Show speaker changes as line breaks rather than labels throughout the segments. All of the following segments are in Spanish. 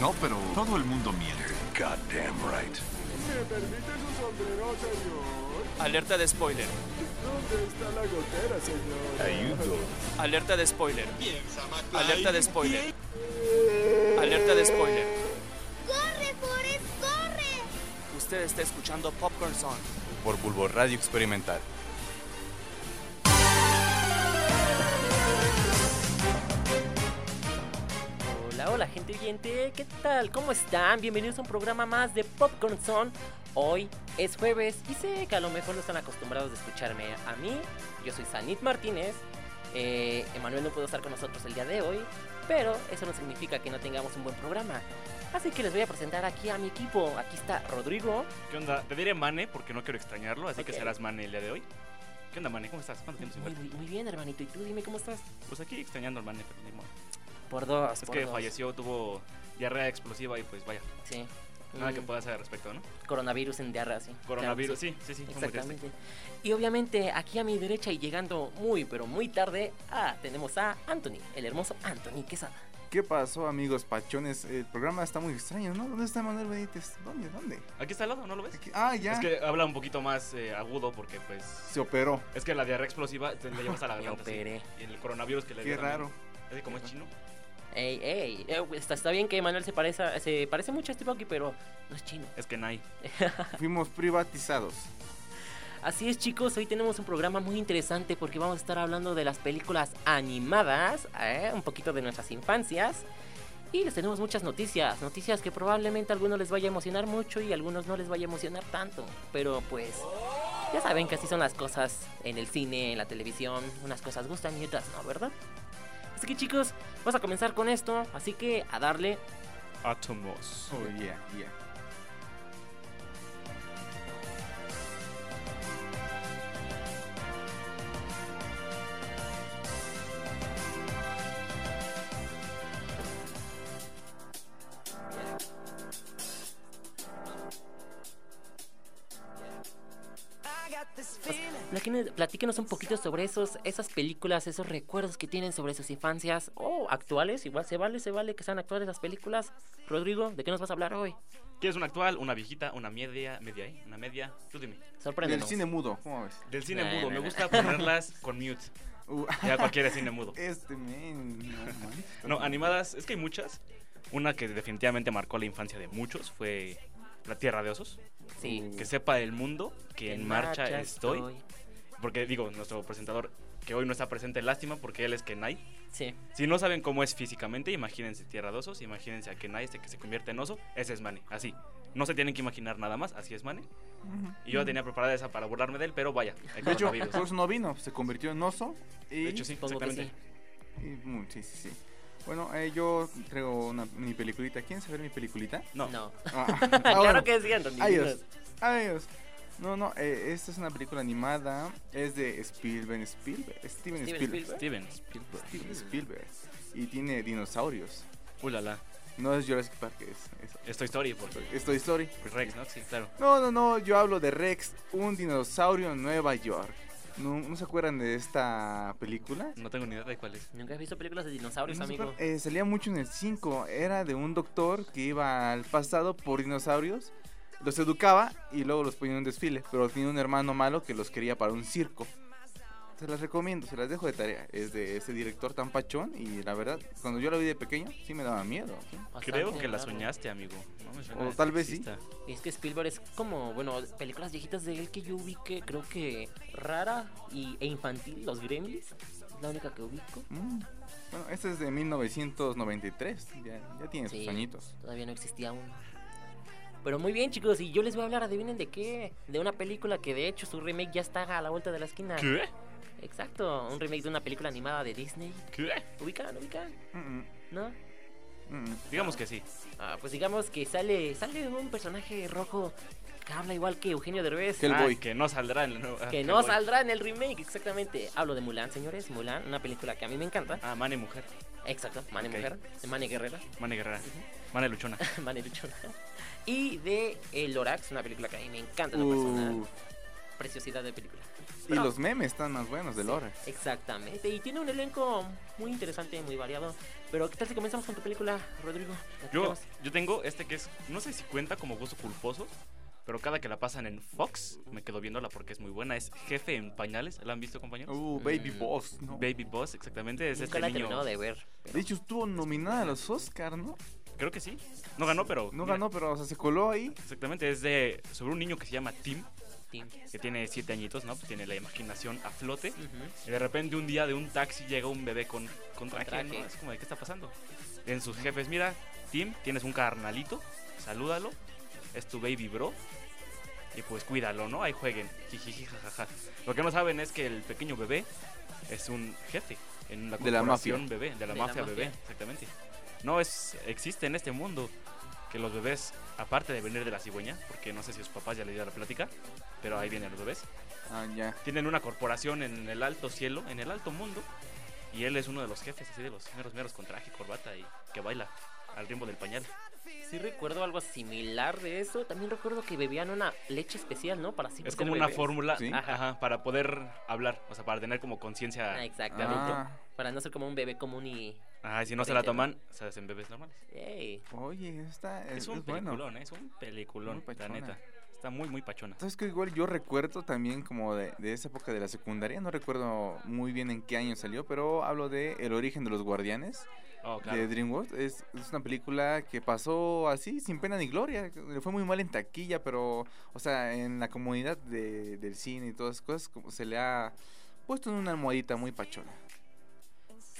No, pero todo el mundo miente.
Goddamn right.
¿Me permite su sombrero, señor?
Alerta de spoiler.
¿Dónde está la gotera, señor?
Ayudo.
Alerta de spoiler. Alerta de spoiler. Alerta de spoiler.
¡Corre, Forrest, corre!
Usted está escuchando Popcorn Song.
por Bulbo Radio Experimental.
Hola, hola gente oyente, ¿qué tal? ¿Cómo están? Bienvenidos a un programa más de Popcorn Zone. Hoy es jueves y sé que a lo mejor no están acostumbrados de escucharme a mí. Yo soy Sanit Martínez. Eh, Emanuel no pudo estar con nosotros el día de hoy, pero eso no significa que no tengamos un buen programa. Así que les voy a presentar aquí a mi equipo. Aquí está Rodrigo.
¿Qué onda? Te diré Mane porque no quiero extrañarlo, así
Ok.
que serás Mane el día de hoy. ¿Qué onda, Mane? ¿Cómo estás? ¿Cuánto tiempo sin
Muy,
verte?
muy bien, hermanito. ¿Y tú dime cómo estás?
Pues aquí extrañando al Mane, pero ni modo.
Por dos.
Es
por
que
dos.
falleció, tuvo diarrea explosiva y pues vaya,
Sí.
nada que
Mm,
pueda hacer al respecto, ¿no?
Coronavirus en diarrea, sí. Claro que
Ah, Coronavirus, sí, sí, sí. fue muy triste.
Exactamente. Y obviamente aquí a mi derecha y llegando muy pero muy tarde, ah, tenemos a Anthony, el hermoso Anthony Quesada.
¿Qué pasó, amigos pachones? El programa está muy extraño, ¿no? ¿Dónde está Manuel Benítez? ¿Dónde? ¿Dónde?
Aquí está al lado, ¿no lo ves?
Aquí- Ah, ya.
Es que habla un poquito más eh, agudo porque pues...
Se operó.
Es que la diarrea explosiva te la llevas a la
Me
garganta. sí.
operé.
Y el coronavirus que le
Qué
dio también.
raro.
Es que como es chino.
Ey, ey, eh, está, está bien que Manuel se parece, a- se parece mucho a Steve Aoki, pero no es chino.
Es que Nai.
Fuimos privatizados.
Así es chicos, hoy tenemos un programa muy interesante porque vamos a estar hablando de las películas animadas, eh, un poquito de nuestras infancias. Y les tenemos muchas noticias, noticias que probablemente a algunos les vaya a emocionar mucho y a algunos no les vaya a emocionar tanto. Pero pues ya saben que así son las cosas en el cine, en la televisión, unas cosas gustan y otras no, ¿verdad? Así que chicos, vamos a comenzar con esto, así que a darle
Átomos.
Oh, yeah, yeah.
Platíquenos, platíquenos un poquito sobre esos, esas películas, esos recuerdos que tienen sobre sus infancias o actuales. Igual se vale, se vale que sean actuales las películas. Rodrigo, ¿de qué nos vas a hablar hoy?
¿Quieres una actual, una viejita, una media, media, eh? Una media. Tú dime.
Del
Sorpréndenos.
cine mudo, ¿cómo ves?
Del cine
Nah,
mudo.
nah,
Me
nah.
gusta ponerlas con mute.
Uh,
Ya cualquier cine mudo.
este men. No, man.
No, animadas, es que hay muchas. Una que definitivamente marcó la infancia de muchos fue La Tierra de Osos.
Sí.
Uh, Que sepa el mundo que en, marcha, estoy.
estoy.
Porque digo, nuestro presentador, que hoy no está presente, lástima, porque él es Kenai.
Sí.
Si no saben cómo es físicamente, imagínense Tierra de Osos, imagínense a Kenai, este que se convierte en oso, ese es Mane, así. No se tienen que imaginar nada más, así es Mane. Y yo tenía preparada esa para burlarme de él, pero vaya, el
De hecho, pues,
coronavirus.
por eso no vino. Se convirtió en oso. Y,
De hecho, sí,
Supongo que sí.
exactamente.
y, mm, sí, sí, sí. Bueno, eh, yo traigo una, mi peliculita. ¿Quieren saber mi peliculita?
No,
No.
Ah, ah,
claro
bueno.
que sí, Anthony.
Adiós. Adiós. No, no, eh, esta es una película animada. Es de Spielberg. Spielberg. Steven,
Steven
Spielberg.
Steven.
Steven Spielberg. Y tiene dinosaurios.
Ulala,
No es Jurassic Park, es, es,
estoy story por
es Toy Story.
pues, Rex, ¿no? Sí, claro.
No, no, no, yo hablo de Rex, un dinosaurio en Nueva York. ¿No, no se acuerdan de esta película?
No tengo ni idea de cuál es.
Nunca has visto películas de dinosaurios,
No se
amigo.
acuerdan. Eh, salía mucho en el 5. Era de un doctor que iba al pasado por dinosaurios, los educaba y luego los ponía en un desfile. Pero tenía un hermano malo que los quería para un circo. Se las recomiendo, se las dejo de tarea. Es de ese director tan pachón y la verdad, cuando yo la vi de pequeño, sí me daba miedo. ¿sí?
Bastante
Eh, Creo que la
raro.
soñaste, amigo. No me suena
O
que
tal vez sí.
exista.
Y es que Spielberg es como, bueno, películas viejitas de él que yo ubique, creo que rara y, e infantil, Los Gremlins. Es la única que ubico.
Mm. Bueno, este es de 1993, ya, ya tiene sus
Sí.
añitos.
Todavía no existía uno. Pero muy bien, chicos, y yo les voy a hablar, adivinen de qué. De una película que de hecho su remake ya está a la vuelta de la esquina.
¿Qué?
Exacto, un remake de una película animada de Disney.
¿Qué?
¿Ubican? ¿Ubican?
Mm,
¿No?
mm, mm.
Digamos que sí.
Ah, pues digamos que sale sale un personaje rojo que habla igual que Eugenio Derbez.
Que el
Ah,
boy.
Que no saldrá en la nueva. ah,
Que
el
no
boy.
saldrá en el remake, exactamente. Hablo de Mulan, señores. Mulan, una película que a mí me encanta.
Ah, Mane Mujer.
Exacto, Mane
Ok.
Mujer, Mane Guerrera,
Mane Guerrera. Mane Luchona. Uh.
Mane Luchona. Y de El Lorax, una película que a mí me encanta en lo personal.
Uh,
preciosidad de película.
Y
Pero-
los memes están más buenos del horror.
Exactamente. Este, Y tiene un elenco muy interesante, muy variado. Pero ¿qué tal si comenzamos con tu película, Rodrigo?
Yo,
Platícanos.
yo tengo este que es, no sé si cuenta como gusto culposo, pero cada que la pasan en Fox, me quedo viéndola porque es muy buena. Es Jefe en Pañales, ¿la han visto compañeros?
Uh, Baby
Mm.
Boss, ¿no?
Eh, Baby Boss, exactamente, es
Nunca
este
la he
niño.
terminado de ver.
De hecho, estuvo nominada a los Oscars, ¿no?
Creo que sí. No ganó, pero...
No
Pues mira,
ganó, pero o sea, se coló ahí.
Exactamente, es de sobre un niño que se llama Tim,
Tim.
que tiene siete añitos, ¿no? Pues tiene la imaginación a flote.
Ujú.
Y de repente un día de un taxi llega un bebé con, con traje,
traje.
¿no? Es como de qué está pasando. En sus jefes, mira, Tim, tienes un carnalito, salúdalo, es tu baby bro. Y pues cuídalo, ¿no? Ahí jueguen. Jijiji, jajaja. Lo que no saben es que el pequeño bebé es un jefe en la
De la
corporación bebé, de la
De la
mafia bebé,
mafia.
exactamente. No es existe en este mundo que los bebés, aparte de venir de la cigüeña, porque no sé si sus papás ya le dieron la plática, pero ahí vienen los bebés
Ah, ya.
tienen una corporación en el alto cielo, en el alto mundo, y él es uno de los jefes, así de los meros meros con traje, corbata y que baila al ritmo del pañal.
Sí recuerdo algo similar de eso. También recuerdo que bebían una leche especial, ¿no? Para sí
Es
ser
como una
bebés.
fórmula
Sí.
ajá, para poder hablar, o sea, para tener como conciencia.
Ah, exactamente.
Ah,
Para no ser como un bebé común y...
Ajá, y si no se la
Entiendo.
toman, se hacen bebés normales.
¡Ey!
oye, está, es,
Es un
es bueno.
peliculón, ¿eh? es un peliculón,
Muy
la
pachona.
neta. Está muy, muy pachona.
Sabes que igual yo recuerdo también como de, de esa época de la secundaria, no recuerdo muy bien en qué año salió, pero hablo de El origen de los guardianes
Oh, claro.
de DreamWorks. Es, es una película que pasó así, sin pena ni gloria. Le fue muy mal en taquilla, pero, o sea, en la comunidad de- del cine y todas esas cosas, como se le ha puesto en una almohadita muy pachona.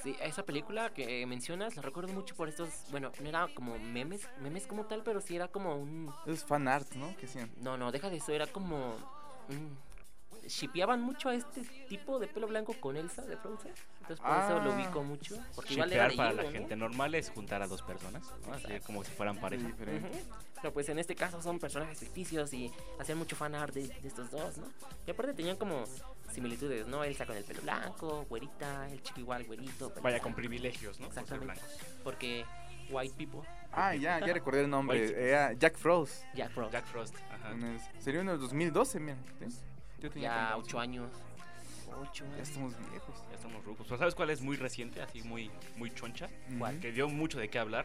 Sí, esa película que mencionas la recuerdo mucho por estos... Bueno, no era como memes, memes como tal, pero sí era como un...
Es fan art, ¿no? Que hacían.
No, no, deja de eso, era como... mm, Shipeaban mucho a este tipo de pelo blanco con Elsa de Frozen. Entonces por eso lo
Ah.
ubico mucho. Porque igual era
Shipear
de
para
hielo,
la
¿no?
gente normal es juntar a dos personas, ¿no? Así
Exacto.
como si fueran pareja.
Muy diferente.
Ujú. Pero pues en este caso son personajes ficticios y hacían mucho fanart de, de estos dos, ¿no? Y aparte tenían como similitudes, ¿no? Elsa con el pelo blanco, güerita, el chico igual, güerito. pelito.
Vaya con privilegios, ¿no? Por ser
Exactamente.
blancos.
Porque white people,
Ah, ya, ya recordé el nombre.
White.
Era Jack Frost.
Jack Frost.
Jack Frost. Ajá.
En el- Sería en el 2012, miren. ¿sí? Yo
ya
cuando-
8 años. 8
Ya estamos viejos.
Ya estamos rucos. Pero ¿sabes cuál es muy reciente, así muy, muy choncha?
¿Cuál?
Que dio mucho de qué hablar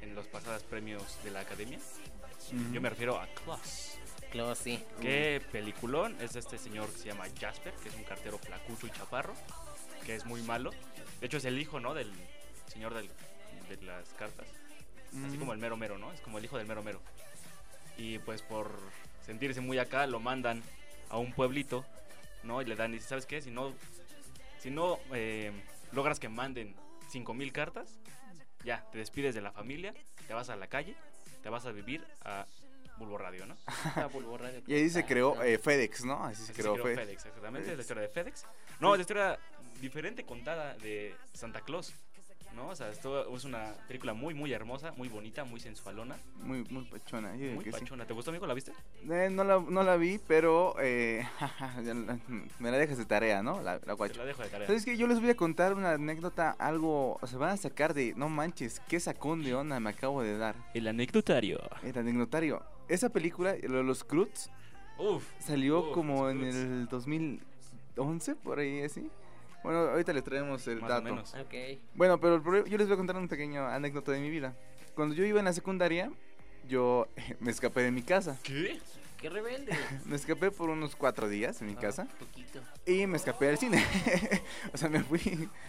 en los pasados premios de la academia.
Ujú.
Yo me refiero a Klaus.
Close, sí.
¿Qué peliculón es este señor que se llama Jasper, que es un cartero flacucho y chaparro, que es muy malo? De hecho, es el hijo, ¿no? Del señor del- de las cartas. Así
Ujú.
como el mero mero, ¿no? Es como el hijo del mero mero. Y pues por sentirse muy acá, lo mandan a un pueblito, ¿no? Y le dan, y dice, ¿sabes qué? Si no, si no eh, logras que manden 5.000 cartas, ya, te despides de la familia, te vas a la calle, te vas a vivir a Bulbo Radio,
Ah,
¿no?
Está Bulbo Radio.
Y ahí se
Ah,
creó
no.
eh, FedEx, ¿no? Así se
Así
creó, FedEx.
exactamente, es la
FedEx.
historia de FedEx. No, es la historia diferente contada de Santa Claus, ¿no? O sea, esto es una película muy, muy hermosa, muy bonita, muy sensualona,
Muy, muy pachona. yo digo
muy
que sí.
pachona. ¿Te gustó, amigo? ¿La viste?
Eh, no, la, no la vi, pero eh, ya la- me la dejas de tarea, ¿no? La, la
Te
guacho.
la dejo de tarea.
¿Sabes qué? Yo les voy a contar una anécdota, algo... Se van a sacar de... No manches, qué sacón de onda me acabo de dar.
El anecdotario.
El anecdotario. Esa película, lo de los Croods,
Uf.
salió
Uf,
como
los
en
Croods.
el 2011, por ahí así. Bueno, ahorita le traemos el
Más
dato.
o menos.
Ok.
Bueno, pero el proble- yo les voy a contar un pequeño anécdota de mi vida. Cuando yo iba en la secundaria, yo me escapé de mi casa.
¿Qué?
Qué rebelde.
Me escapé por unos cuatro días en mi
Ah,
casa
poquito.
y me escapé al cine. o sea, me fui.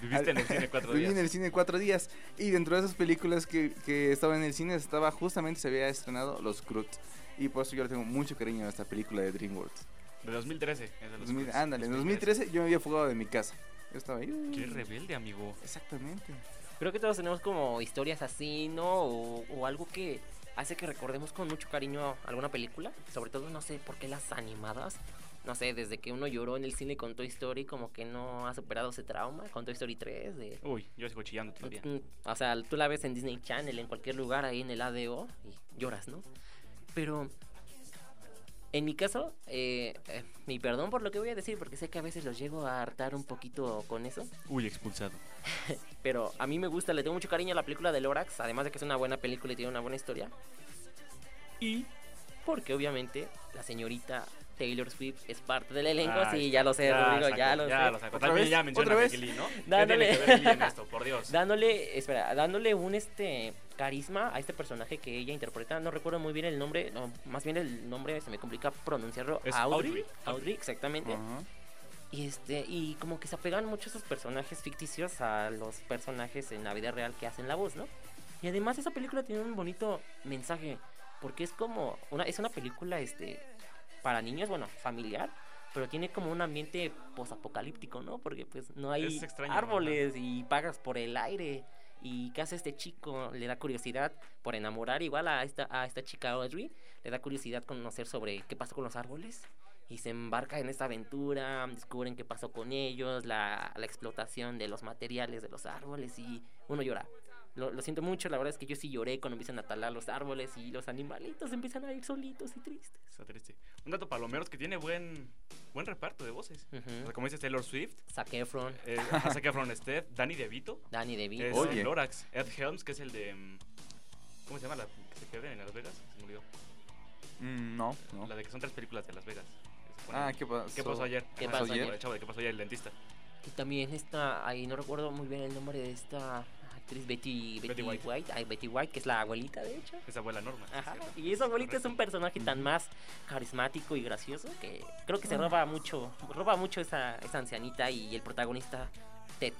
Viviste
al-
en el cine cuatro
Viví
días.
en el cine cuatro días. Y dentro de esas películas que, que estaba en el cine, estaba justamente se había estrenado Los Croods. Y por eso yo le tengo mucho cariño a esta película de DreamWorks.
De 2013. es de los
2000
Croods.
ándale, en 2013 yo me había fugado de mi casa. Yo estaba ahí. uh,
Qué rebelde, amigo.
Exactamente.
Creo que todos tenemos como historias así, ¿no? O, o algo que hace que recordemos con mucho cariño alguna película. Sobre todo, no sé por qué las animadas. No sé, desde que uno lloró en el cine con Toy Story, como que no ha superado ese trauma con Toy Story 3. De...
Uy, yo sigo chillando todavía.
Mm, O sea, tú la ves en Disney Channel, en cualquier lugar, ahí en el ADO, y lloras, ¿no? Pero en mi caso, eh, eh, mi perdón por lo que voy a decir, porque sé que a veces los llego a hartar un poquito con eso.
Uy, expulsado.
Pero a mí me gusta, le tengo mucho cariño a la película de Lorax, además de que es una buena película y tiene una buena historia. Y porque obviamente la señorita Taylor Swift es parte del elenco.
Ah,
sí, ya lo sé, Rodrigo,
saco,
ya lo sé.
lo saco.
Otra
También
vez,
ya menciona
otra
a
vez.
Becky Lee, ¿no? ¿Qué
Dándole-
tiene que ver Lee en esto, por Dios?
Dándole, espera, dándole un este carisma a este personaje que ella interpreta. No recuerdo muy bien el nombre, no, más bien el nombre se me complica pronunciarlo.
Es
Audrey.
Audrey. Ah.
Audrey, exactamente.
Ajá.
Y este, y como que se apegan mucho esos personajes ficticios a los personajes en la vida real que hacen la voz, ¿no? Y además esa película tiene un bonito mensaje, porque es como una, es una película este para niños, bueno, familiar, pero tiene como un ambiente posapocalíptico, ¿no? Porque pues no hay
Es extraño,
árboles y pagas por el aire. ¿Y qué hace este chico? Le da curiosidad por enamorar igual a esta, a esta chica Audrey. Le da curiosidad conocer sobre qué pasó con los árboles y se embarca en esta aventura, descubren qué pasó con ellos, la, la explotación de los materiales de los árboles y uno llora. Lo, lo siento mucho, la verdad es que yo sí lloré cuando empiezan a talar los árboles y los animalitos empiezan a ir solitos y tristes.
Está triste. Un dato palomero es que tiene buen, buen reparto de voces. O sea,
Ujú.
como dices Taylor Swift,
Zac Efron,
eh, ajá, Zac Efron Steph, Danny DeVito,
Danny DeVito.
es
Oye.
el Lorax, Ed Helms, que es el de... mm, ¿Cómo se llama la que se pierde en Las Vegas? Se me olvidó.
Mm, no, no.
La de que son tres películas de Las Vegas. que se ponen-
Ah, ¿qué pasó?
¿Qué pasó ayer?
¿Qué
Ajá,
pasó
el
ayer?
chavo de ¿Qué pasó ayer? El dentista.
Y también está, ahí no recuerdo muy bien el nombre de esta actriz Betty, Betty,
Betty
White.
White.
ay, Betty White, que es la abuelita de hecho.
Esa abuela Norma. sí,
Ajá,
cierto.
y esa abuelita es un personaje tan más carismático y gracioso que creo
Ah.
que se roba mucho, roba mucho esa, esa ancianita y el protagonista Ted.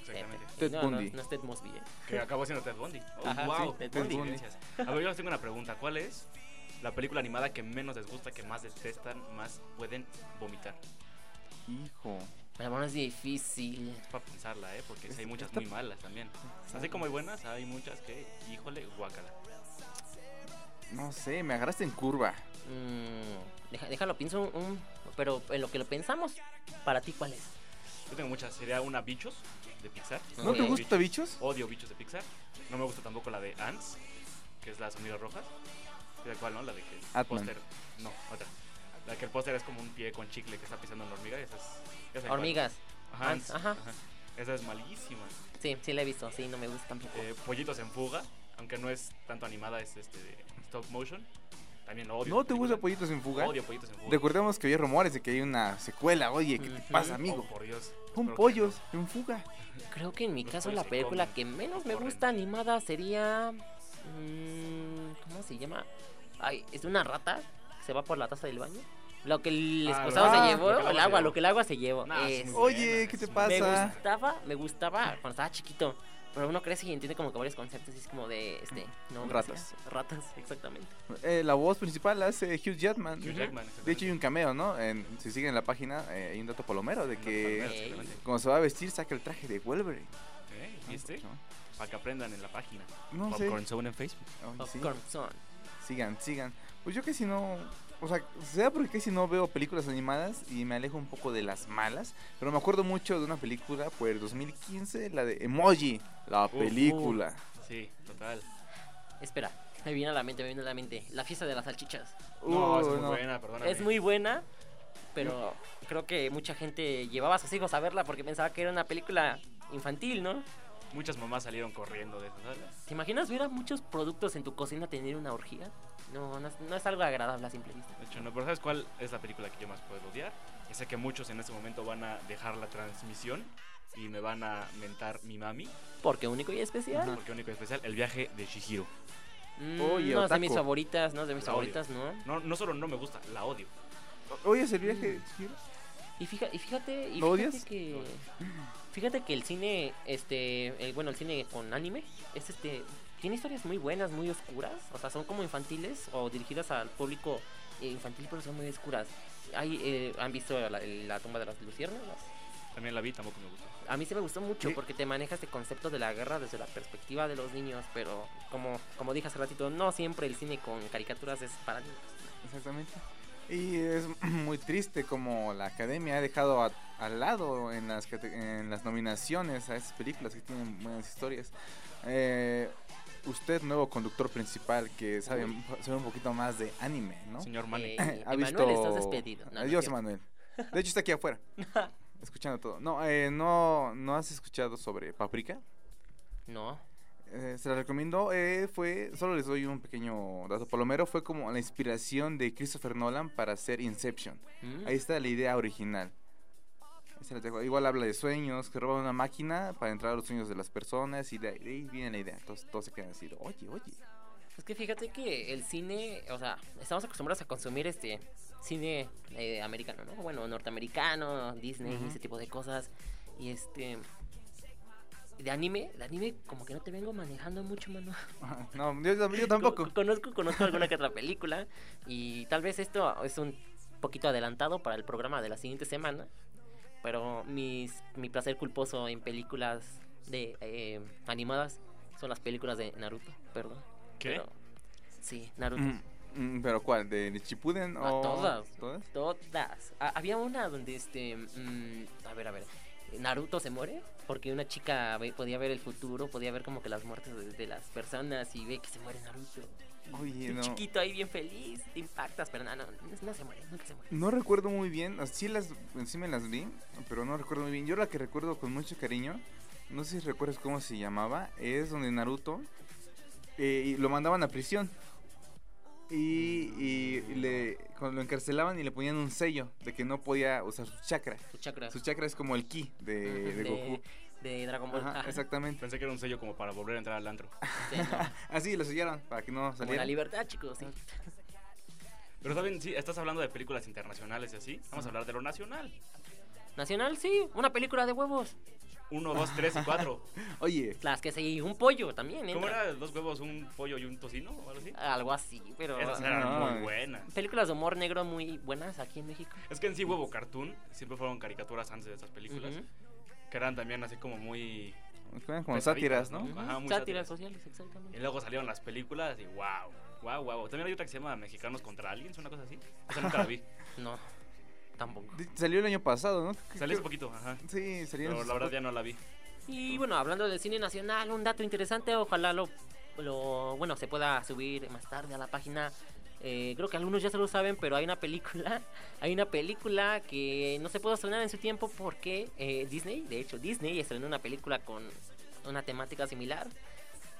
Exactamente.
Ted
no, no,
Bundy.
No, es Ted Mosby. eh.
Que acabó siendo Ted Bundy. Oh,
Ajá,
wow.
sí, Ted
Ted
Bundy.
Bundy.
Coincidencias. A ver, yo les tengo una pregunta. ¿Cuál es la película animada que menos les gusta, que más detestan, más pueden vomitar?
Hijo.
Pero bueno, es difícil.
Es para pensarla, ¿eh? Porque sí hay muchas
Esta-
muy malas también. Así como hay buenas, hay muchas que, híjole, guácala.
No sé, me agarraste en curva.
Mm, deja- déjalo, pienso un, un- Pero en lo que lo pensamos, para ti, ¿cuál es?
Yo tengo muchas. Sería una Bichos de Pixar.
¿No te
Ok.
Odio
gusta bichos?
Bichos- Odio Bichos de Pixar. No me gusta tampoco la de Ants, que es las hormigas rojas. ¿De cuál, no? La de que el
Ant-Man.
póster. No, otra. La que el póster es como un pie con chicle que está pisando en la hormiga. Esa es. esa igual.
Hormigas.
Ajá,
Ants,
Ants,
ajá.
ajá. Esa es malísima.
Sí, sí la he visto. Sí, no me gusta tampoco.
Eh, Pollitos en fuga, aunque no es tanto animada, es este de stop motion. También lo odio.
¿No te gusta
Pollitos
Pollitos en
en fuga?
Fuga?
Odio Pollitos en fuga.
Recordemos que había rumores de que hay una secuela. Oye, ¿qué te
Ujú.
pasa,
Oh,
amigo?
por Dios.
Son
espero que
pollos en fuga.
Creo que en mi
Los
caso la
pollos que
película
comen,
que menos me
corren.
gusta animada sería... mm, ¿Cómo se llama? Ay, es de una rata que se va por la taza del baño. Lo que el
Ah,
esposado
lo que-
se
ah,
llevó,
lo que el agua
el
se
agua,
llevó.
lo que el agua se llevó.
No, es
Eso.
muy
Oye,
buena,
¿qué
es
te
muy
pasa?
Eh, me
buena.
gustaba, me gustaba cuando estaba chiquito. Pero uno crece y entiende como que varios conceptos y es como de, este, no,
Ratas.
gracias. Ratas, exactamente.
Eh, la voz principal la hace Hugh Jackman.
Hugh Jackman,
De hecho, hay un cameo, ¿no? En- si siguen la página, eh, hay un dato palomero de
palomero.
que
exactamente.
cuando se va a vestir, saca el traje de Wolverine.
Eh,
¿No?
¿Viste?
¿No?
Para que aprendan en la página.
No sé.
Popcorn Zone en Facebook.
Oye, sí.
Popcorn Son.
Sigan, sigan. Pues yo casi no. O sea, sea porque casi no veo películas animadas y me alejo un poco de las malas. Pero me acuerdo mucho de una película por el 2015, la de Emoji. La película.
Sí, total.
Espera, me viene a la mente, me viene a la mente. La fiesta de las salchichas.
no,
Uh,
es muy
no.
buena, perdóname.
Es muy buena, pero creo que mucha gente llevaba a sus hijos a verla porque pensaba que era una película infantil, ¿no?
Muchas mamás salieron corriendo de esa sala.
¿Te imaginas ver a muchos productos en tu cocina tener una orgía? No, no es, no es algo agradable a simple vista.
De hecho, no, pero ¿sabes cuál es la película que yo más puedo odiar? Y sé que muchos en este momento van a dejar la transmisión y me van a mentar mi mami.
Porque único y especial.
Porque único y especial, el viaje de Shihiro.
Mm,
Oye,
no es de
otaku.
mis favoritas, no es de mis
La odio.
favoritas, ¿no?
No, no solo no me gusta, la odio.
Oye, es el viaje. Chihiro?
Y fíjate, y fíjate, y
¿Lo
fíjate
odias?
que fíjate que el cine, este, el- bueno, el cine con anime, es este, tiene historias muy buenas, muy oscuras, o sea, son como infantiles o dirigidas al público eh, infantil, pero son muy oscuras. Hay, eh, han visto la, la tumba de las luciérnagas.
También la vi, tampoco me gustó.
A mí se me gustó mucho
Sí.
porque te maneja este concepto de la guerra desde la perspectiva de los niños, pero como como dije hace ratito, no siempre el cine con caricaturas es para niños.
Exactamente. Y es muy triste como la academia ha dejado a- al lado en las, cate- en las nominaciones a esas películas que tienen buenas historias. Eh, usted, nuevo conductor principal, que sabe, un po- sabe un poquito más de anime, ¿no?
Señor Mane.
Eh,
ha
Emanuel,
visto-
estás despedido. No, no es
Adiós,
cierto.
Emanuel. De hecho, está aquí afuera. escuchando todo. No, eh, no, ¿no has escuchado sobre Paprika?
No.
eh, se la recomiendo. eh, fue, solo les doy un pequeño dato palomero. Fue como la inspiración de Christopher Nolan para hacer Inception.
Mm.
Ahí está la idea original. Ahí se la dejo. Igual habla de sueños, que roban una máquina para entrar a los sueños de las personas y de ahí, de ahí viene la idea. Entonces todos se quedan así, de, oye, oye.
Es que fíjate que el cine, o sea, estamos acostumbrados a consumir este cine eh, americano, ¿no? Bueno, norteamericano, Disney,
Ujú.
ese tipo de cosas. Y este. De anime, de anime como que no te vengo manejando mucho, mano.
No, yo, yo tampoco.
Co- conozco, conozco alguna que otra película. Y tal vez esto es un poquito adelantado para el programa de la siguiente semana. Pero mis, mi placer culposo en películas de eh, animadas son las películas de Naruto, perdón.
¿Qué?
Pero- sí, Naruto.
Mm, mm, ¿Pero cuál? ¿De Nichipuden
Ah,
o...?
todas.
¿Todas?
Todas. Ah, había una donde este. mm, a ver, a ver. Naruto se muere porque una chica ve- podía ver el futuro, podía ver como que las muertes de, de las personas y ve que se muere Naruto.
Oye,
Un
no.
chiquito ahí bien feliz, te impactas, pero no, no, no, no se muere, nunca se muere.
No recuerdo muy bien, ah, sí las, sí me las vi, pero no recuerdo muy bien. Yo la que recuerdo con mucho cariño, no sé si recuerdas cómo se llamaba, es donde Naruto eh, y lo mandaban a prisión. Y, y- y le, cuando lo encarcelaban y le ponían un sello de que no podía usar su chakra.
Su chakra.
Su chakra es como el ki de, de Goku.
de Dragon Ball.
Ajá,
Ajá.
exactamente.
Pensé que era un sello como para volver a entrar al antro.
Sí, no, como
Así lo sellaron para que no
la
saliera.
libertad, chicos. sí.
Pero saben, sí, estás hablando de películas internacionales y así. Vamos a hablar de lo nacional.
Nacional, sí, una película de huevos.
Uno, dos, tres y cuatro.
Oye,
Las que sí, un pollo también.
¿Cómo
entra.
era? ¿Dos huevos, un pollo y un tocino o algo así?
Algo así, pero.
Esas
no,
eran
eh.
muy buenas.
Películas de humor negro muy buenas aquí en México.
Es que en sí huevo cartoon siempre fueron caricaturas antes de estas películas.
Ujú.
Que eran también así como muy...
eran como
Pesaditas,
sátiras,
¿no?
¿no?
Ujú,
Ajá, Eh, muy
Sátiras
sátiras.
sociales, exactamente.
Y luego salieron las películas y wow, wow, wow. También hay otra que se llama Mexicanos contra Aliens, una cosa así. Esa nunca la vi.
No, tampoco.
De- Salió el año pasado, ¿no?
Salió hace poquito, ajá.
Sí, salió.
Pero la verdad ya no la vi.
Y bueno, hablando del cine nacional, un dato interesante, ojalá lo, lo bueno, se pueda subir más tarde a la página. Eh, creo que algunos ya se lo saben, pero hay una película, hay una película que no se pudo estrenar en su tiempo porque eh, Disney, de hecho Disney estrenó una película con una temática similar,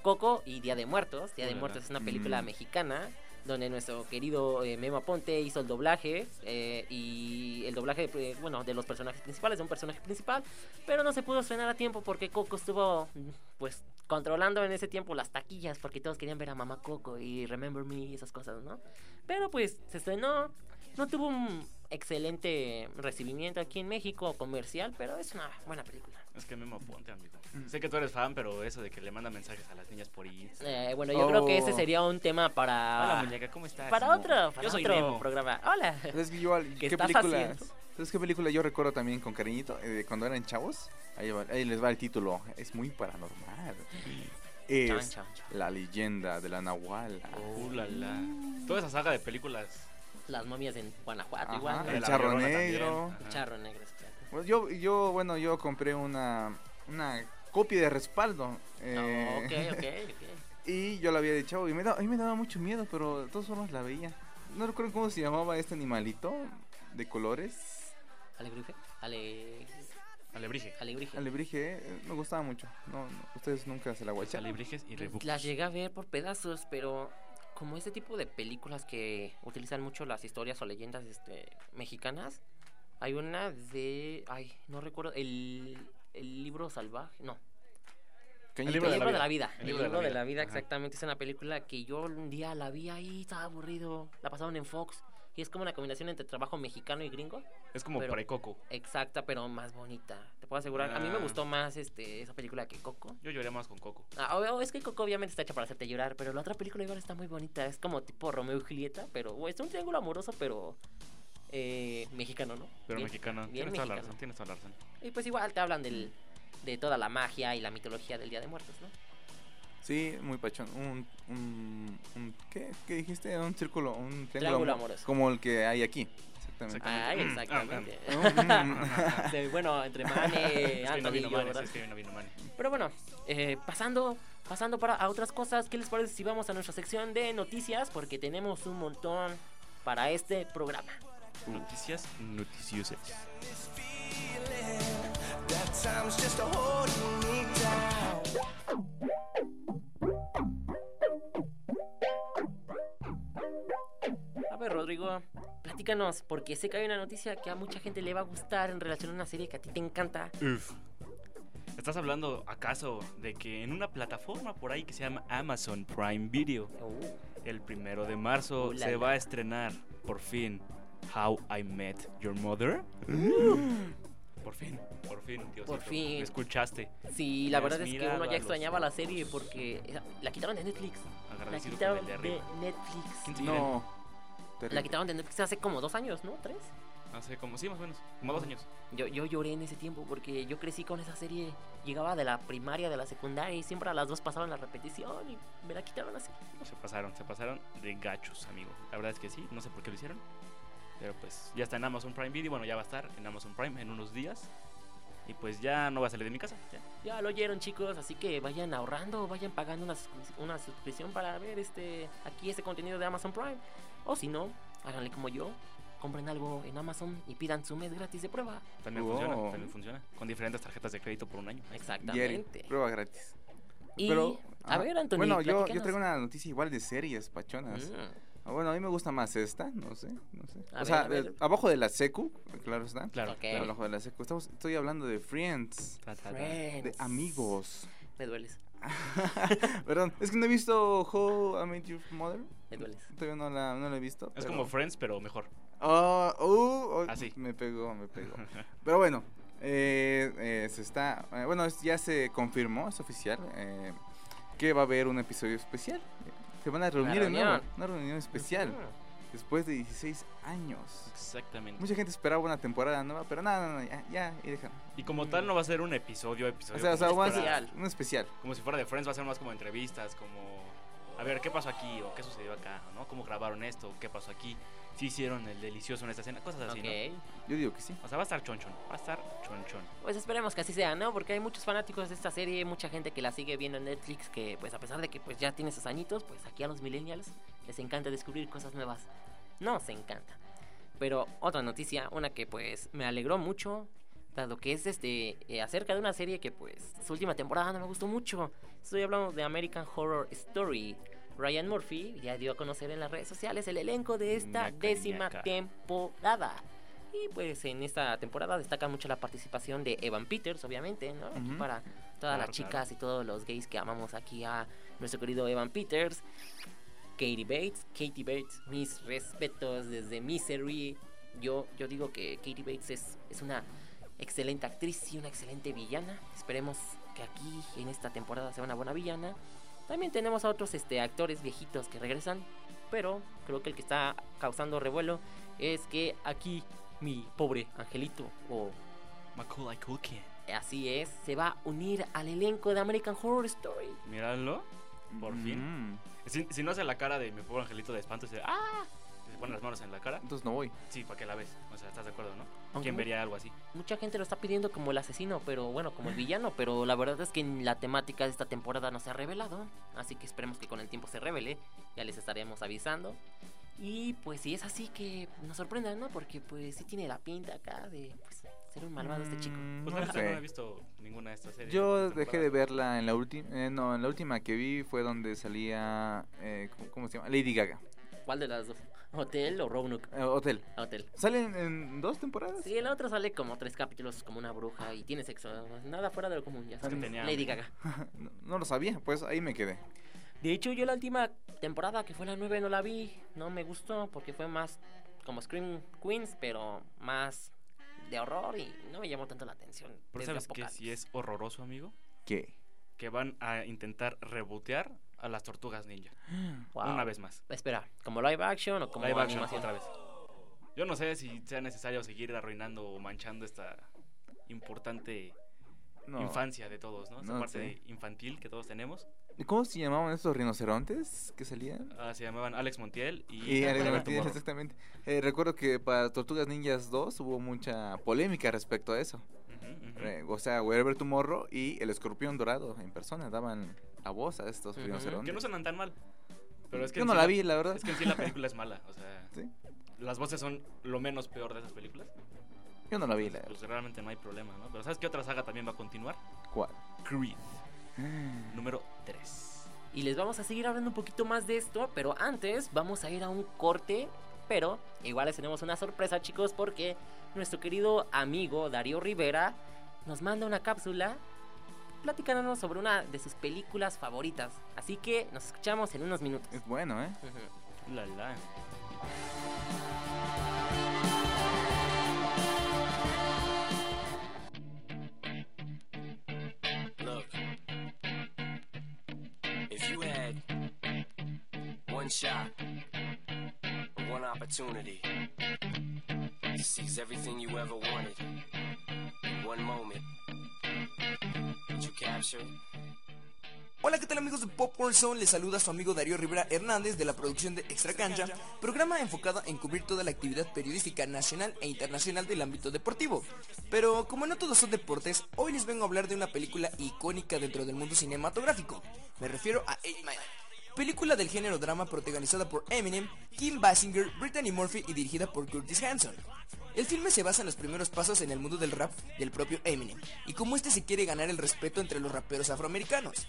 Coco y Día de Muertos. Día de
Órale.
Muertos es una película
Mm.
mexicana donde nuestro querido eh, Memo Aponte hizo el doblaje eh, y el doblaje, eh, bueno, de los personajes principales, de un personaje principal, pero no se pudo estrenar a tiempo porque Coco estuvo, mm, pues, controlando en ese tiempo las taquillas porque todos querían ver a Mamá Coco y Remember Me y esas cosas, ¿no? Pero pues se estrenó, no tuvo un excelente recibimiento aquí en México comercial, pero es una buena película.
Es que Memo Ponte, amigo.
Mm.
Sé que tú eres fan, pero eso de que le manda mensajes a las niñas por Instagram.
Eh, bueno, yo creo que ese
Oh.
sería un tema para...
Hola, muñeca, ¿cómo estás?
Ah. Para
Memo?
otro, para
Yo soy
otro
Memo.
programa. Hola.
¿Sabes qué, yo,
¿Qué
qué
estás
película?
haciendo?
¿Sabes qué película yo recuerdo también con cariñito? Eh, cuando eran chavos. Ahí, va- ahí les va el título. Es muy paranormal. Es
Chan, chan, chan.
La leyenda de la Nahuala.
Uh, la, la. Toda esa saga de películas.
Las momias en Guanajuato,
Ajá,
Ah, igual.
La de
El
la
charro
Llorona
negro.
también,
El
ajá.
charro negro. es claro.
Bueno, yo, yo, bueno, yo compré una, una copia de respaldo.
No,
eh,
Ah, ok, ok, ok.
Y yo la había de chavo y me da- a mí me daba mucho miedo, pero de todas formas la veía. No recuerdo cómo se llamaba este animalito de colores.
Alegrife. Ale...
Alebrije.
Alebrije.
Alebrije, eh, me gustaba mucho. No, no, ustedes nunca se la
Pues
guacharon.
Alebrijes y Rebuques.
Las llegué a ver por pedazos, pero como este tipo de películas que utilizan mucho las historias o leyendas este, mexicanas, hay una de... Ay, no recuerdo. El, el libro salvaje. No,
Cañito.
El libro, de, la vida.
El libro de la vida, ajá.
exactamente. Es una película que yo un día la vi ahí, estaba aburrido. La pasaron en Fox. Y es como una combinación entre trabajo mexicano y gringo.
Es como
Pero-
pre-Coco.
Exacta, pero más bonita. Te puedo asegurar. A mí me
Ah.
gustó más este, esa película que Coco.
Yo lloré más con Coco.
Ah, o- o es que Coco obviamente está hecha para hacerte llorar, pero la otra película igual está muy bonita. Es como tipo Romeo y Julieta, pero bueno, es un triángulo amoroso, pero eh, mexicano, ¿no?
Pero
Bien-
mexicana.
bien
Tienes toda la
mexicano.
razón, tienes toda la razón.
Y pues igual te hablan del, de toda la magia y la mitología del Día de Muertos, ¿no?
Sí, muy pachón. Un, un, un- ¿qué, ¿Qué dijiste? Un círculo, un
Triángulo
amo-
amoroso.
Como el que hay aquí. Exactamente.
Ay,
Mm,
exactamente.
Mm, mm.
De- bueno, entre Mane,
es que
Anthony
no
y
vino
Eh, yo,
Mane,
¿verdad?
es que no vino Mane.
Pero bueno, eh, pasando, pasando para a otras cosas, ¿qué les parece si vamos a nuestra sección de noticias? Porque tenemos un montón para este programa.
Noticias noticiosas.
amigo, platícanos, porque sé que hay una noticia que a mucha gente le va a gustar en relación a una serie que a ti te encanta.
Uf. ¿Estás hablando acaso de que en una plataforma por ahí que se llama Amazon Prime Video,
Uh,
el primero de marzo
Uh, la,
se
la.
va a estrenar, por fin, How I Met Your Mother? por fin, por fin, Diosito,
Por fin.
Me escuchaste.
sí, la
Has
verdad es que
mirado
uno
a
ya
los
extrañaba la
ojos.
serie porque esa- la quitaron de Netflix. La
Agradecido con
quitaron
el de
de
arriba. ¿Quién
Netflix.
se-
No.
La
Terrible.
quitaron de Netflix hace como dos años, ¿no? ¿Tres?
Hace como, sí, más o menos, como dos años.
Yo, yo lloré en ese tiempo porque yo crecí con esa serie. Llegaba de la primaria, de la secundaria y siempre a las dos pasaban la repetición y me la quitaron así.
Se pasaron, se pasaron de gachos, amigo. La verdad es que sí, no sé por qué lo hicieron. Pero pues ya está en Amazon Prime Video, bueno, ya va a estar en Amazon Prime en unos días. Y pues ya no va a salir de mi casa. ya.
Ya lo oyeron chicos, así que vayan ahorrando, vayan pagando una, suscri- una suscripción para ver este aquí este contenido de Amazon Prime. O si no, háganle como yo, compren algo en Amazon y pidan su mes gratis de prueba.
También
Wow.
funciona, también funciona. Con diferentes tarjetas de crédito por un año.
Jerry,
Exactamente.
prueba gratis.
y
Pero,
a
ajá.
ver, Antonio,
Bueno, yo, yo traigo una noticia igual de series, pachonas.
Mm,
Ah, Bueno, a mí me gusta más esta, no sé, no sé.
A
o
ver,
sea,
a ver.
eh, abajo de la secu, claro está.
Claro,
Ok.
claro.
Abajo de la secu. Estamos, estoy hablando de Friends,
Ta, ta, ta.
de
Friends.
amigos.
Mm, Me dueles,
Perdón, es que no he visto How I Met Your Mother.
me dueles.
Todavía no la, no la he visto.
Es
pero-
como Friends, pero mejor.
Ah, uh, oh,
Así.
Me pegó, me pegó. Pero bueno, eh, eh, se está. eh, bueno, es- ya se confirmó, es oficial, eh, que va a haber un episodio especial. Se van a reunir de nuevo.
reunión.
Una reunión especial.
Mm,
Después de 16 años.
Exactamente.
Mucha gente esperaba una temporada nueva, pero nada, no, no, ya, ya, y dejan.
Y como tal no va a ser un episodio, episodio.
O sea, o sea,
como,
un
si fuera,
especial. Un especial.
como si fuera de Friends, va a ser más como entrevistas, como... A ver, ¿qué pasó aquí? ¿O qué sucedió acá? ¿O ¿No? ¿Cómo grabaron esto? ¿Qué pasó aquí? ¿Sí hicieron el delicioso en esta escena? Cosas así, ¿no?
Ok.
Yo digo que sí.
O sea, va a estar chonchón, va a estar chonchón.
Pues esperemos que así sea, ¿no? Porque hay muchos fanáticos de esta serie, mucha gente que la sigue viendo en Netflix, que pues a pesar de que pues ya tiene sus añitos, pues aquí a los millennials les encanta descubrir cosas nuevas. Nos encanta. Pero otra noticia, una que pues me alegró mucho, dado que es este eh, acerca de una serie que pues su última temporada no me gustó mucho. Estoy hablando de American Horror Story. Ryan Murphy ya dio a conocer en las redes sociales el elenco de esta
Ñaca,
décima
ñaca.
temporada. Y pues en esta temporada destaca mucho la participación de Evan Peters, obviamente, ¿no? Aquí
Ujú.
Para todas
Claro,
las chicas y todos los gays que amamos aquí a nuestro querido Evan Peters. Katie Bates, Katie Bates, mis respetos desde Misery. Yo, yo digo que Katie Bates es, es una excelente actriz y una excelente villana. Esperemos que aquí en esta temporada sea una buena villana. También tenemos a otros este, actores viejitos que regresan, pero creo que el que está causando revuelo es que aquí mi pobre angelito, o
Macaulay Culkin.
así es, se va a unir al elenco de American Horror Story.
Míralo. Por fin.
Mm.
Si, si no hace la cara de mi pobre angelito de espanto, dice, ¡ah! Se pone las manos en la cara.
Entonces no voy.
Sí, ¿para qué la ves? O sea, ¿estás de acuerdo, no?
Aunque
¿Quién
mu-
vería algo así?
Mucha gente lo está pidiendo como el asesino, pero bueno, como el villano, pero la verdad es que en la temática de esta temporada no se ha revelado, así que esperemos que con el tiempo se revele, ya les estaremos avisando. Y pues si es así que nos sorprendan, ¿no? Porque pues sí tiene la pinta acá de pues, ser un malvado este chico.
Mm,
Pues
no
la neta, no he
sé.
visto ninguna de estas series.
Yo
esta
dejé
temporada.
de verla en la última. no, en la última que vi fue donde salía. eh, ¿cómo- ¿Cómo se llama? Lady Gaga.
¿Cuál de las dos? ¿Hotel o Roanoke? Ah,
Eh, Hotel.
Hotel.
¿Salen en dos temporadas?
Sí, la otra sale como tres capítulos como una bruja y tiene sexo. Nada fuera de lo común, ya
que
sabes.
tenía
Lady
hambre.
Gaga.
No, no lo sabía, pues ahí me quedé.
De hecho, yo la última temporada, que fue la 9, no la vi. No me gustó porque fue más como Scream Queens, pero más de horror y no me llamó tanto la atención.
Pero
desde
¿sabes qué?
Apocalipsis.
Si es horroroso, amigo,
¿Qué?
que van a intentar rebotear a las tortugas ninja.
Wow.
Una vez más.
Espera, ¿como live action o como
Live action,
animación?
otra vez. Yo no sé si sea necesario seguir arruinando o manchando esta importante
No.
infancia de todos, ¿no? Esa
No
parte
sé.
infantil que todos tenemos.
¿Cómo se llamaban estos rinocerontes que salían?
Ah, se llamaban Alex Montiel y...
Y Alex
Alex
Martínez,
Tomorrow.
exactamente. Eh, recuerdo que para Tortugas Ninjas 2 hubo mucha polémica respecto a eso.
Ujú, ujú.
Eh, o sea, Wherever Tomorrow y el escorpión dorado en persona daban la voz a estos
Ujú.
Que
rinocerontes.
no suenan tan mal. Pero es que
Yo
en
no
sí
la vi, la verdad.
Es que en sí la película es mala. O sea,
Sí.
las voces son lo menos peor de esas películas.
Yo no la vi, la
Entonces,
verdad.
pues realmente no hay problema, ¿no? Pero ¿sabes qué otra saga también va a continuar?
¿Cuál?
Creed. Número 3.
Y les vamos a seguir hablando un poquito más de esto, pero antes vamos a ir a un corte Pero igual les tenemos una sorpresa, chicos, porque nuestro querido amigo Darío Rivera nos manda una cápsula platicándonos sobre una de sus películas favoritas. Así que nos escuchamos en unos minutos.
Es bueno, ¿eh?
Ujú.
La, la.
Look, if you had one shot, one opportunity to seize everything you ever wanted in one moment, would you capture it?
Hola, ¿qué tal amigos de Popcorn Zone? Les saluda su amigo Darío Rivera Hernández de la producción de Extra Cancha, programa enfocado en cubrir toda la actividad periodística nacional e internacional del ámbito deportivo. Pero como no todos son deportes, hoy les vengo a hablar de una película icónica dentro del mundo cinematográfico. Me refiero a Eight Mile. Película del género drama protagonizada por Eminem, Kim Basinger, Brittany Murphy y dirigida por Curtis Hanson. El filme se basa en los primeros pasos en el mundo del rap del propio Eminem y cómo este se quiere ganar el respeto entre los raperos afroamericanos.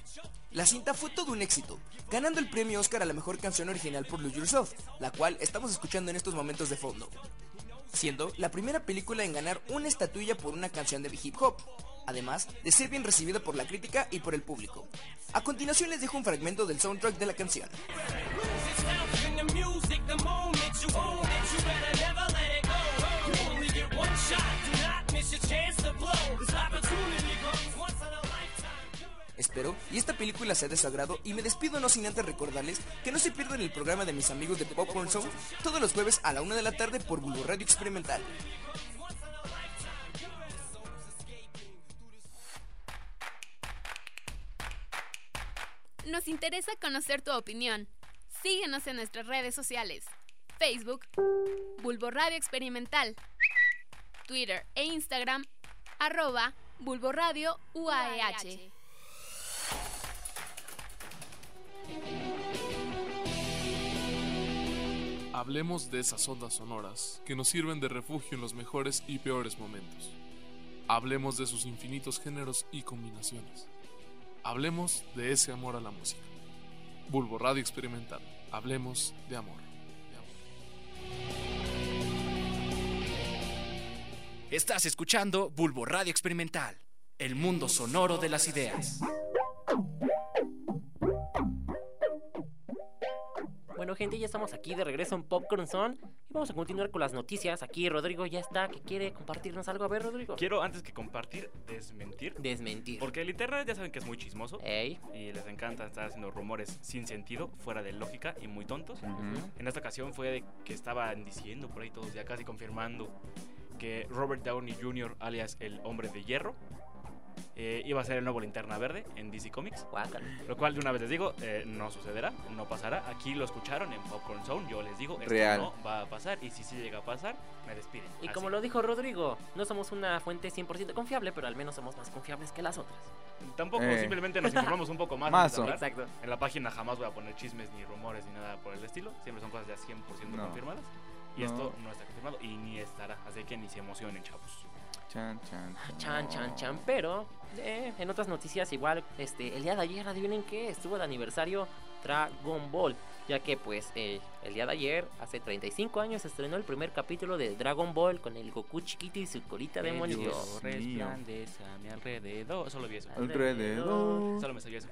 La cinta fue todo un éxito, ganando el premio Oscar a la mejor canción original por Lose Yourself, la cual estamos escuchando en estos momentos de fondo siendo la primera película en ganar una estatuilla por una canción de hip hop, además de ser bien recibida por la crítica y por el público. A continuación les dejo un fragmento del soundtrack de la canción. Espero y esta película sea de su agrado y me despido no sin antes recordarles que no se pierdan el programa de mis amigos de Popcorn Zone todos los jueves a la una de la tarde por Bulbo Radio Experimental.
Nos interesa conocer tu opinión. Síguenos en nuestras redes sociales. Facebook, Bulbo Radio Experimental, Twitter e Instagram, arroba Bulbo Radio UAEH.
Hablemos de esas ondas sonoras que nos sirven de refugio en los mejores y peores momentos. Hablemos de sus infinitos géneros y combinaciones. Hablemos de ese amor a la música. Bulbo Radio Experimental. Hablemos de amor. De amor.
Estás escuchando Bulbo Radio Experimental, el mundo sonoro de las ideas.
Bueno, gente, ya estamos aquí de regreso en Popcorn Zone y vamos a continuar con las noticias. Aquí Rodrigo ya está, que quiere compartirnos algo. A ver, Rodrigo.
Quiero, antes que compartir, desmentir.
Desmentir.
Porque el internet ya saben que es muy chismoso.
Ey.
Y les encanta estar haciendo rumores sin sentido, fuera de lógica y muy tontos.
Mm.
En esta ocasión fue de que estaban diciendo por ahí todos ya casi confirmando que Robert Downey Jr., alias el hombre de hierro, eh, iba a ser el nuevo linterna verde en DC Comics.
Guácala.
Lo cual de una vez les digo, eh, no sucederá, no pasará. Aquí lo escucharon en Popcorn Zone, yo les digo, esto
Real.
no va a pasar. Y si sí llega a pasar, me despiden.
Y
Así.
como lo dijo Rodrigo, no somos una fuente 100% confiable, pero al menos somos más confiables que las otras.
Tampoco,
Eh.
simplemente nos informamos un poco más.
Mazo.
antes de hablar.
Exacto.
En la página jamás voy a poner chismes, ni rumores, ni nada por el estilo. Siempre son cosas ya 100%
No.
confirmadas. Y
No.
esto no está confirmado y ni estará. Así que ni se emocionen, chavos.
Chan, chan.
Ah, Chan, chan, chan. Pero eh, en otras noticias, igual, este, el día de ayer, adivinen qué, estuvo de aniversario Dragon Ball. Ya que, pues, eh, el día de ayer, hace 35 años, se estrenó el primer capítulo de Dragon Ball con el Goku chiquito y su colita de monito.
Dios mío.
resplandece a mi alrededor. Solo vi eso.
Alrededor.
Solo me salió eso.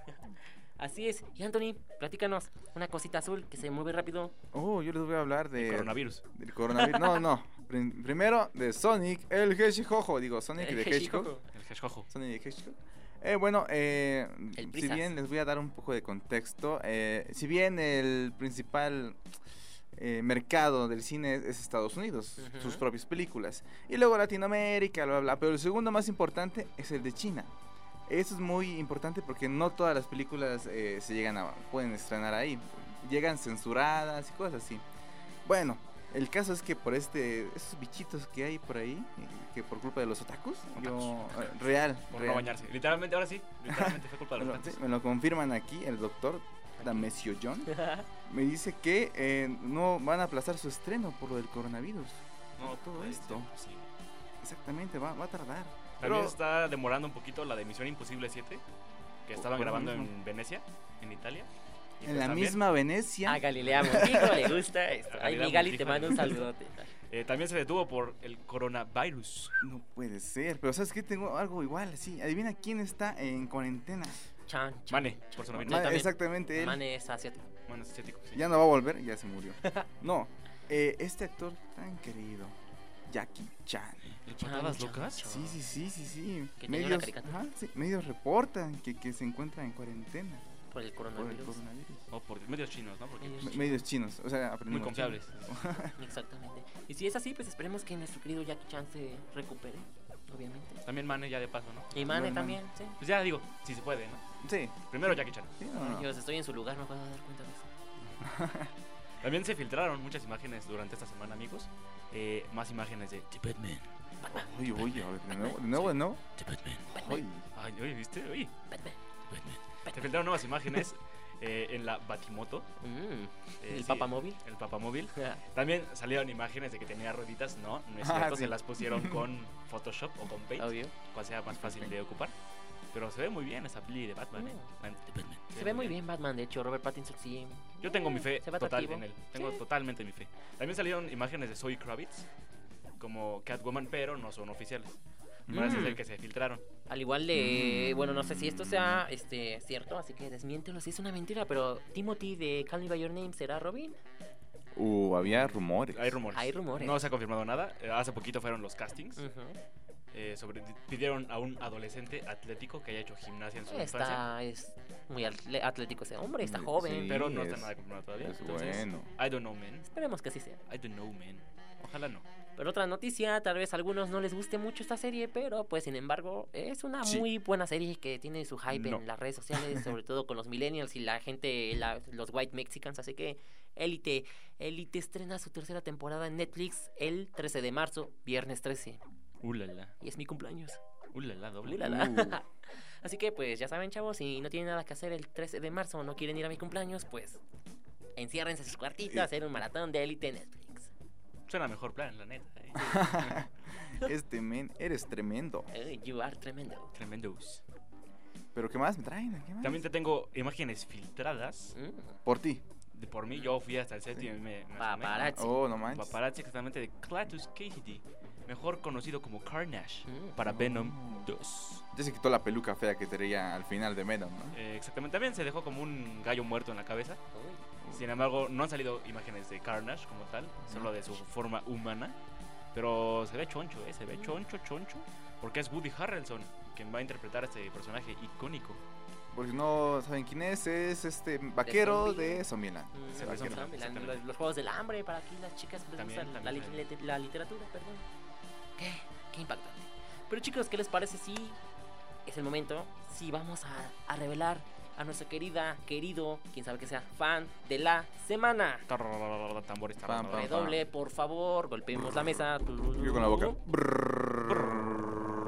Así es. Y Anthony, platícanos una cosita azul que se mueve rápido.
Oh, yo les voy a hablar de...
Coronavirus.
Del coronavirus. No, no. Prim- Primero de Sonic el Hedgehog. Digo,
Eh,
Sonic el Hedgehog.
El hedgehogo.
Sonic the Hedgehog. Eh, bueno, eh,
El
si
Brisas.
bien les voy a dar un poco de contexto, eh, si bien el principal eh, mercado del cine es, es Estados Unidos,
Ujú.
sus propias películas, y luego Latinoamérica, bla, bla, pero el segundo más importante es el de China. Eso es muy importante porque no todas las películas eh, se llegan a, pueden estrenar ahí, llegan censuradas y cosas así. Bueno, el caso es que por este, esos bichitos que hay por ahí, eh, que por culpa de los otakus, yo, eh, real,
Por no
real.
bañarse. Literalmente, ahora sí. Literalmente fue culpa de
Me
los
lo,
tantos.
sí, me lo confirman aquí el doctor Damesio John. Me dice que eh, no van a aplazar su estreno por lo del coronavirus.
No,
todo
puede
esto.
ser posible.
Exactamente, va, va a tardar.
También
Pero-
está demorando un poquito la de Misión Imposible 7, que estaban
por lo
grabando
mismo.
en Venecia, en Italia. pues
En la misma Venecia.
Ah,
A Galilea Montijo le gusta esto.
A
Ay,
Galilea
mi Gali, te
Montijo.
mando un saludote.
Eh, también se detuvo por el coronavirus.
No puede ser, pero ¿sabes qué? Tengo algo igual, así. Adivina quién está en cuarentena.
Chan, chan,
Mane,
chan.
por su
Mane,
nombre.
Mane, exactamente él.
Mane es asiático.
Mane es asiático, sí.
Ya no va a volver, ya se murió. No, eh, este actor tan querido, Jackie Chan.
¿El Patadas Chan, Locas? Chan.
Sí, sí, sí, sí, sí.
Que tenía una caricatura.
ajá, sí, medios reportan que, que se encuentra en cuarentena.
Por el coronavirus.
O Oh, por medios chinos, ¿no? Porque,
Me- Medios chinos, o sea,
Muy
aprendimos.
confiables.
Exactamente. Y si es así, pues esperemos que nuestro querido Jackie Chan se recupere, obviamente.
También Mane ya de paso, ¿no?
Y Mane también, sí.
Pues ya digo, si se puede, ¿no?
Sí.
Primero Jackie Chan.
Ah.
Ay, Dios, estoy en su lugar, me acabo de dar cuenta de eso.
También se filtraron muchas imágenes durante esta semana, amigos. Eh, más imágenes de The Batman.
Oye, oye, a ver, de nuevo, de nuevo, de nuevo. Oye.
Ay, oye, ¿viste? Oye. Se filtraron nuevas imágenes eh, en la Batimoto. eh,
¿El Ah, papamóvil?
El papamóvil. También salieron imágenes de que tenía rueditas. No, no es
Ah,
cierto.
sí.
Se las pusieron con Photoshop o con Paint. Cual sea más fácil de ocupar. Pero se ve muy bien esa peli de Batman, ¿eh? Man-
Mm. Se ve muy bien Batman, de hecho, Robert Pattinson sí.
Yo tengo mi fe
Se ve
total
atractivo.
en él. Tengo
Sí.
totalmente mi fe. También salieron imágenes de Zoe Kravitz como Catwoman, pero no son oficiales. Gracias
Mm.
al que se filtraron.
Al igual de, bueno, no sé si esto sea este cierto, así que desmiéntelo si es una mentira, pero Timothy de Call Me By Your Name será Robin.
Uh, había rumores.
Hay rumores.
Hay rumores. Mm.
No se ha confirmado nada. Eh, Hace poquito fueron los castings.
Ujú.
Eh, sobre, pidieron a un adolescente atlético que haya hecho gimnasia en su
Está
infancia.
es muy atle- atlético ese hombre, está joven.
pero no está nada confirmado todavía.
es
Entonces,
Pues bueno.
I don't know, man.
Esperemos que así sea.
I don't know, man. Ojalá no.
Pero otra noticia, tal vez a algunos no les guste mucho esta serie, pero pues sin embargo es una
Sí.
muy buena serie que tiene su hype
No.
en las redes sociales, sobre todo con los millennials y la gente, la- los white mexicans, así que Elite, Elite estrena su tercera temporada en Netflix el 13 de marzo, viernes 13,
Ulala.
y es mi cumpleaños.
Ulala, doble.
Ulala.
Uh.
Así que pues ya saben chavos, si no tienen nada que hacer el 13 de marzo o no quieren ir a mi cumpleaños, pues enciérrense en sus
Eh.
cuartitos, hacer un maratón de Elite en Netflix.
Suena mejor plan, la neta. ¿eh?
Este men, eres tremendo.
Eh, you are tremendo.
Tremendos.
Pero ¿qué más me traen? ¿Qué más?
También te tengo imágenes filtradas.
Mm,
Por ti.
De por mí, yo fui hasta el set y me. me asomé.
Paparazzi. Oh, no manches.
Ah, Paparazzi, exactamente, de Cletus Cassidy, mejor conocido como Carnage, para Venom 2.
Ya se quitó la peluca fea que traía al final de Venom, ¿no?
Eh, exactamente, también se dejó como un gallo muerto en la cabeza. Sin embargo, no han salido imágenes de Carnage como tal, solo de su forma humana. Pero se ve choncho, ¿eh? Se ve choncho, choncho. Porque es Woody Harrelson quien va a interpretar a este personaje icónico.
Porque no saben quién es, es este vaquero de Zombieland.
Mm,
Ese
los
vaquero.
zombies, la- los, los juegos del hambre para aquí las chicas les
También,
gusta la,
también
lit- lit- la literatura, perdón. Qué, qué impactante. Pero chicos, ¿qué les parece si es el momento? Si vamos a, a revelar a nuestra querida, querido, quien sabe que sea, fan de la semana.
Tarararara, Tambores, tarararara.
Redoble, por favor, golpeemos la mesa.
Yo con la boca.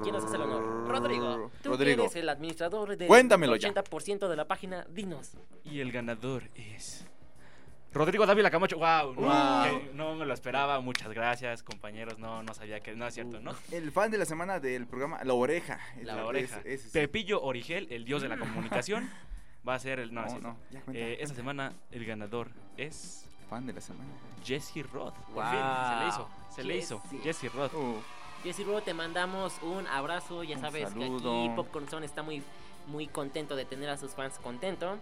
¿Quién nos hace el honor? Rodrigo, tú que
Rodrigo.
eres el administrador del
Cuéntamelo ya.
80% de la página, dinos.
Y el ganador es. Rodrigo Dávila Camacho, wow, no,
Wow.
que no me lo esperaba, muchas gracias compañeros, no, no sabía que, no es cierto, ¿no?
El fan de la semana del programa La Oreja.
La
Ese-
oreja.
ese- ese sí.
Pepillo Origel, el dios de la comunicación, va a ser el, no,
No,
es cierto.
no, ya cuenta,
Eh, esta semana el ganador es
Fan de la semana.
Jesse Roth, por
Wow.
fin, se le hizo, se le hizo,
Jesse.
Jesse Roth.
Jesse Rubo, te mandamos un abrazo. Ya
Un
sabes
saludo.
que aquí Popcorn Zone está muy, muy contento de tener a sus fans contento.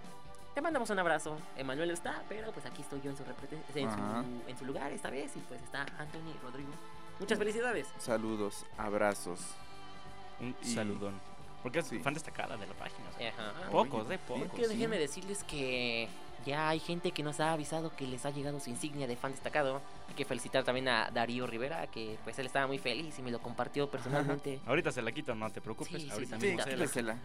Te mandamos un abrazo. Emanuel está, pero pues aquí estoy yo en su, repre- en
Ajá.
su, en su lugar esta vez. Y pues está Anthony Rodrigo. Muchas felicidades.
Saludos, abrazos.
Un
Y-
saludón. Porque es fan destacada de la página. o sea,
Ajá.
Pocos, de
Porque
pocos.
Pues
déjenme decirles que ya hay gente que nos ha avisado que les ha llegado su insignia de fan destacado. Hay que felicitar también a Darío Rivera, que pues él estaba muy feliz y me lo compartió personalmente.
Ahorita se la quitan, no te preocupes.
Eh. Sí, sí,
ahorita
sí,
mismo
sí,
se eh, la
sí, sí.
quitan.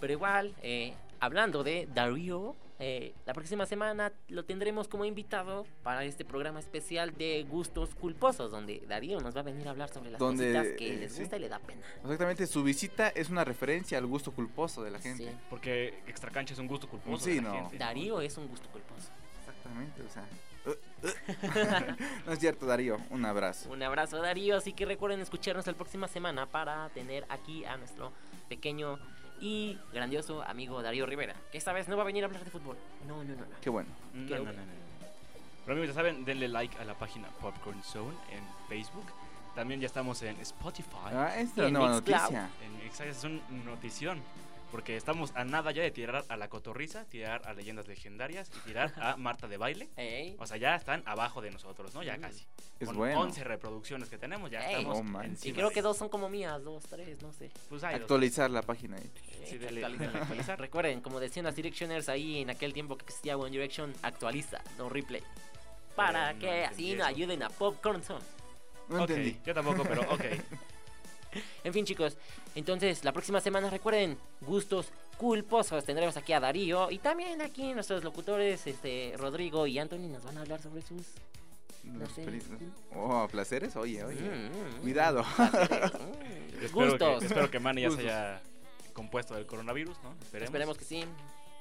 Pero igual, eh, hablando de Darío, eh, la próxima semana lo tendremos como invitado para este programa especial de Gustos Culposos, donde Darío nos va a venir a hablar sobre las
Donde,
cositas que
eh,
les
sí.
gusta y le da pena.
Exactamente, su visita es una referencia al gusto culposo de la gente.
Sí.
Porque extracancha es un gusto culposo.
Sí,
de la
no.
gente.
Darío es un gusto culposo.
Exactamente, o sea. uh, no es cierto, Darío. Un abrazo.
Un abrazo Darío, así que recuerden escucharnos la próxima semana para tener aquí a nuestro pequeño y grandioso amigo Darío Rivera, que esta vez no va a venir a hablar de fútbol. No, no, no. no.
Qué bueno.
Qué
No, no, no,
bueno.
no, no. Pero amigos, ya saben, denle like a la página Popcorn Zone en Facebook. También ya estamos en Spotify.
Ah, esta es la
Y en
nueva
Mixcloud.
noticia.
En- exacto, es una notición. Porque estamos a nada ya de tirar a la cotorriza, tirar a leyendas legendarias y tirar a Marta de baile. O sea, ya están abajo de nosotros, ¿no? Ya casi.
Es
Con
bueno.
11 reproducciones que tenemos, ya
Ey.
estamos.
No manches.
Y creo que dos son como mías, dos, tres, no sé.
Pues hay dos.
Actualizar la página. ahí.
Eh,
Sí,
que
dele-
actualiza.
dele actualizar.
Recuerden, como decían las Directioners ahí en aquel tiempo que existía One Direction, actualiza, no replay. Para
Eh, no
que
entendí
así nos
eso.
ayuden a Popcorn Zone.
No
Ok,
entendí.
Yo tampoco, pero ok.
En fin, chicos, entonces la próxima semana recuerden, gustos culposos. Tendremos aquí a Darío y también aquí nuestros locutores, este Rodrigo y Anthony, nos van a hablar sobre sus.
Los
sé.
pelis- Oh, placeres, oye, oye.
Mm, mm,
Cuidado.
Yo espero que-
Gustos.
espero que Manny ya se
Gustos.
haya compuesto del coronavirus, ¿no? Esperemos.
Esperemos que sí.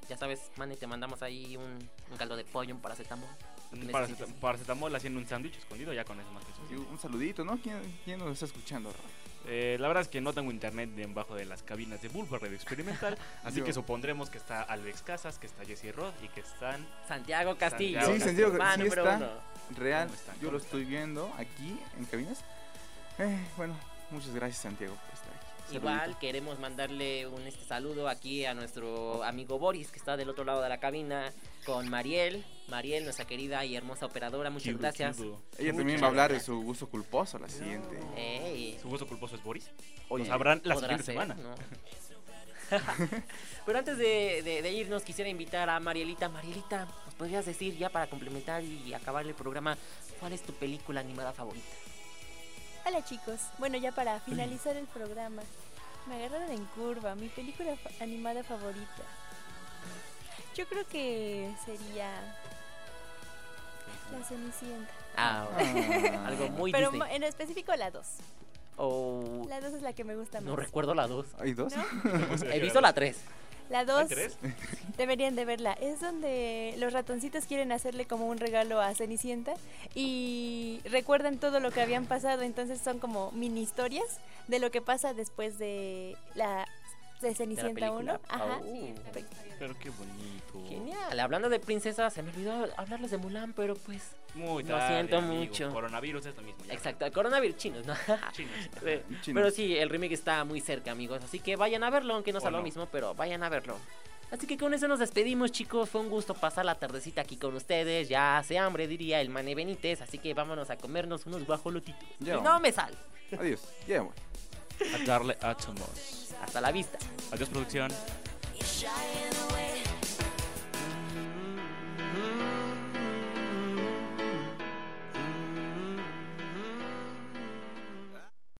Ya sabes, Manny, te mandamos ahí un, un caldo de pollo, un paracetamol. lo que
Un paraceta-
necesites.
paracetamol haciendo un sándwich escondido, ya con eso más que
Y
suficiente.
Un saludito, ¿no? ¿Quién, quién nos está escuchando?
Eh, la verdad es que no tengo internet debajo de las cabinas de Bulba Radio Experimental, así
Yo.
que supondremos que está Alex Casas, que está Jesse Rod y que están...
Santiago Castillo.
Santiago
Sí, sentido que
Fan
sí
número
está.
uno.
Real,
¿Cómo están?
yo
¿Cómo
lo estoy viendo aquí en cabinas. Eh, bueno, muchas gracias Santiago por estar aquí. Saludito.
Igual queremos mandarle un este saludo aquí a nuestro amigo Boris que está del otro lado de la cabina con Mariel, Mariel nuestra querida y hermosa operadora, muchas
Kibu,
gracias.
Kibu.
Ella también va a hablar de su gusto culposo la siguiente.
Ey, pues,
¿Su gusto culposo es Boris?
Oye,
Lo sabrán la
¿podrá
siguiente
ser?
semana.
No. Pero antes de, de- de irnos quisiera invitar a Marielita, Marielita, ¿nos podrías decir ya para complementar y acabar el programa cuál es tu película animada favorita?
Hola chicos, bueno ya para finalizar el programa, me agarraron en curva, mi película fa- animada favorita. Yo creo que sería La Cenicienta.
Ah,
Ah.
algo muy
Pero
Disney.
mo- en específico la 2.
O
La 2 es la que me gusta más.
no recuerdo la 2.
¿Hay dos?
He visto la 3.
La 2
tres?
deberían de verla. Es donde los ratoncitos quieren hacerle como un regalo a Cenicienta y recuerdan todo lo que habían pasado. Entonces son como mini historias de lo que pasa después de la de Cenicienta 1. Ajá.
Pero qué bonito.
Ah, uh, Genial, hablando de princesas, se me olvidó hablarles de Mulan, pero pues.
Muy
Lo
tarde,
siento
amigo.
mucho.
Coronavirus es lo mismo. ya.
Exacto, coronavirus chinos, ¿no?
Chinos.
Eh,
Chinos.
Pero sí, el remake está muy cerca, amigos. Así que vayan a verlo, aunque no sea
O
lo
no.
mismo, pero vayan a verlo. Así que con eso nos despedimos, chicos. Fue un gusto pasar la tardecita aquí con ustedes. Ya hace hambre, diría el Mane Benítez. Así que vámonos a comernos unos guajolotitos.
Ya.
Y no me sale.
Adiós. Ya, bueno.
A darle átomos.
Hasta la vista.
Adiós, producción.
Shying away.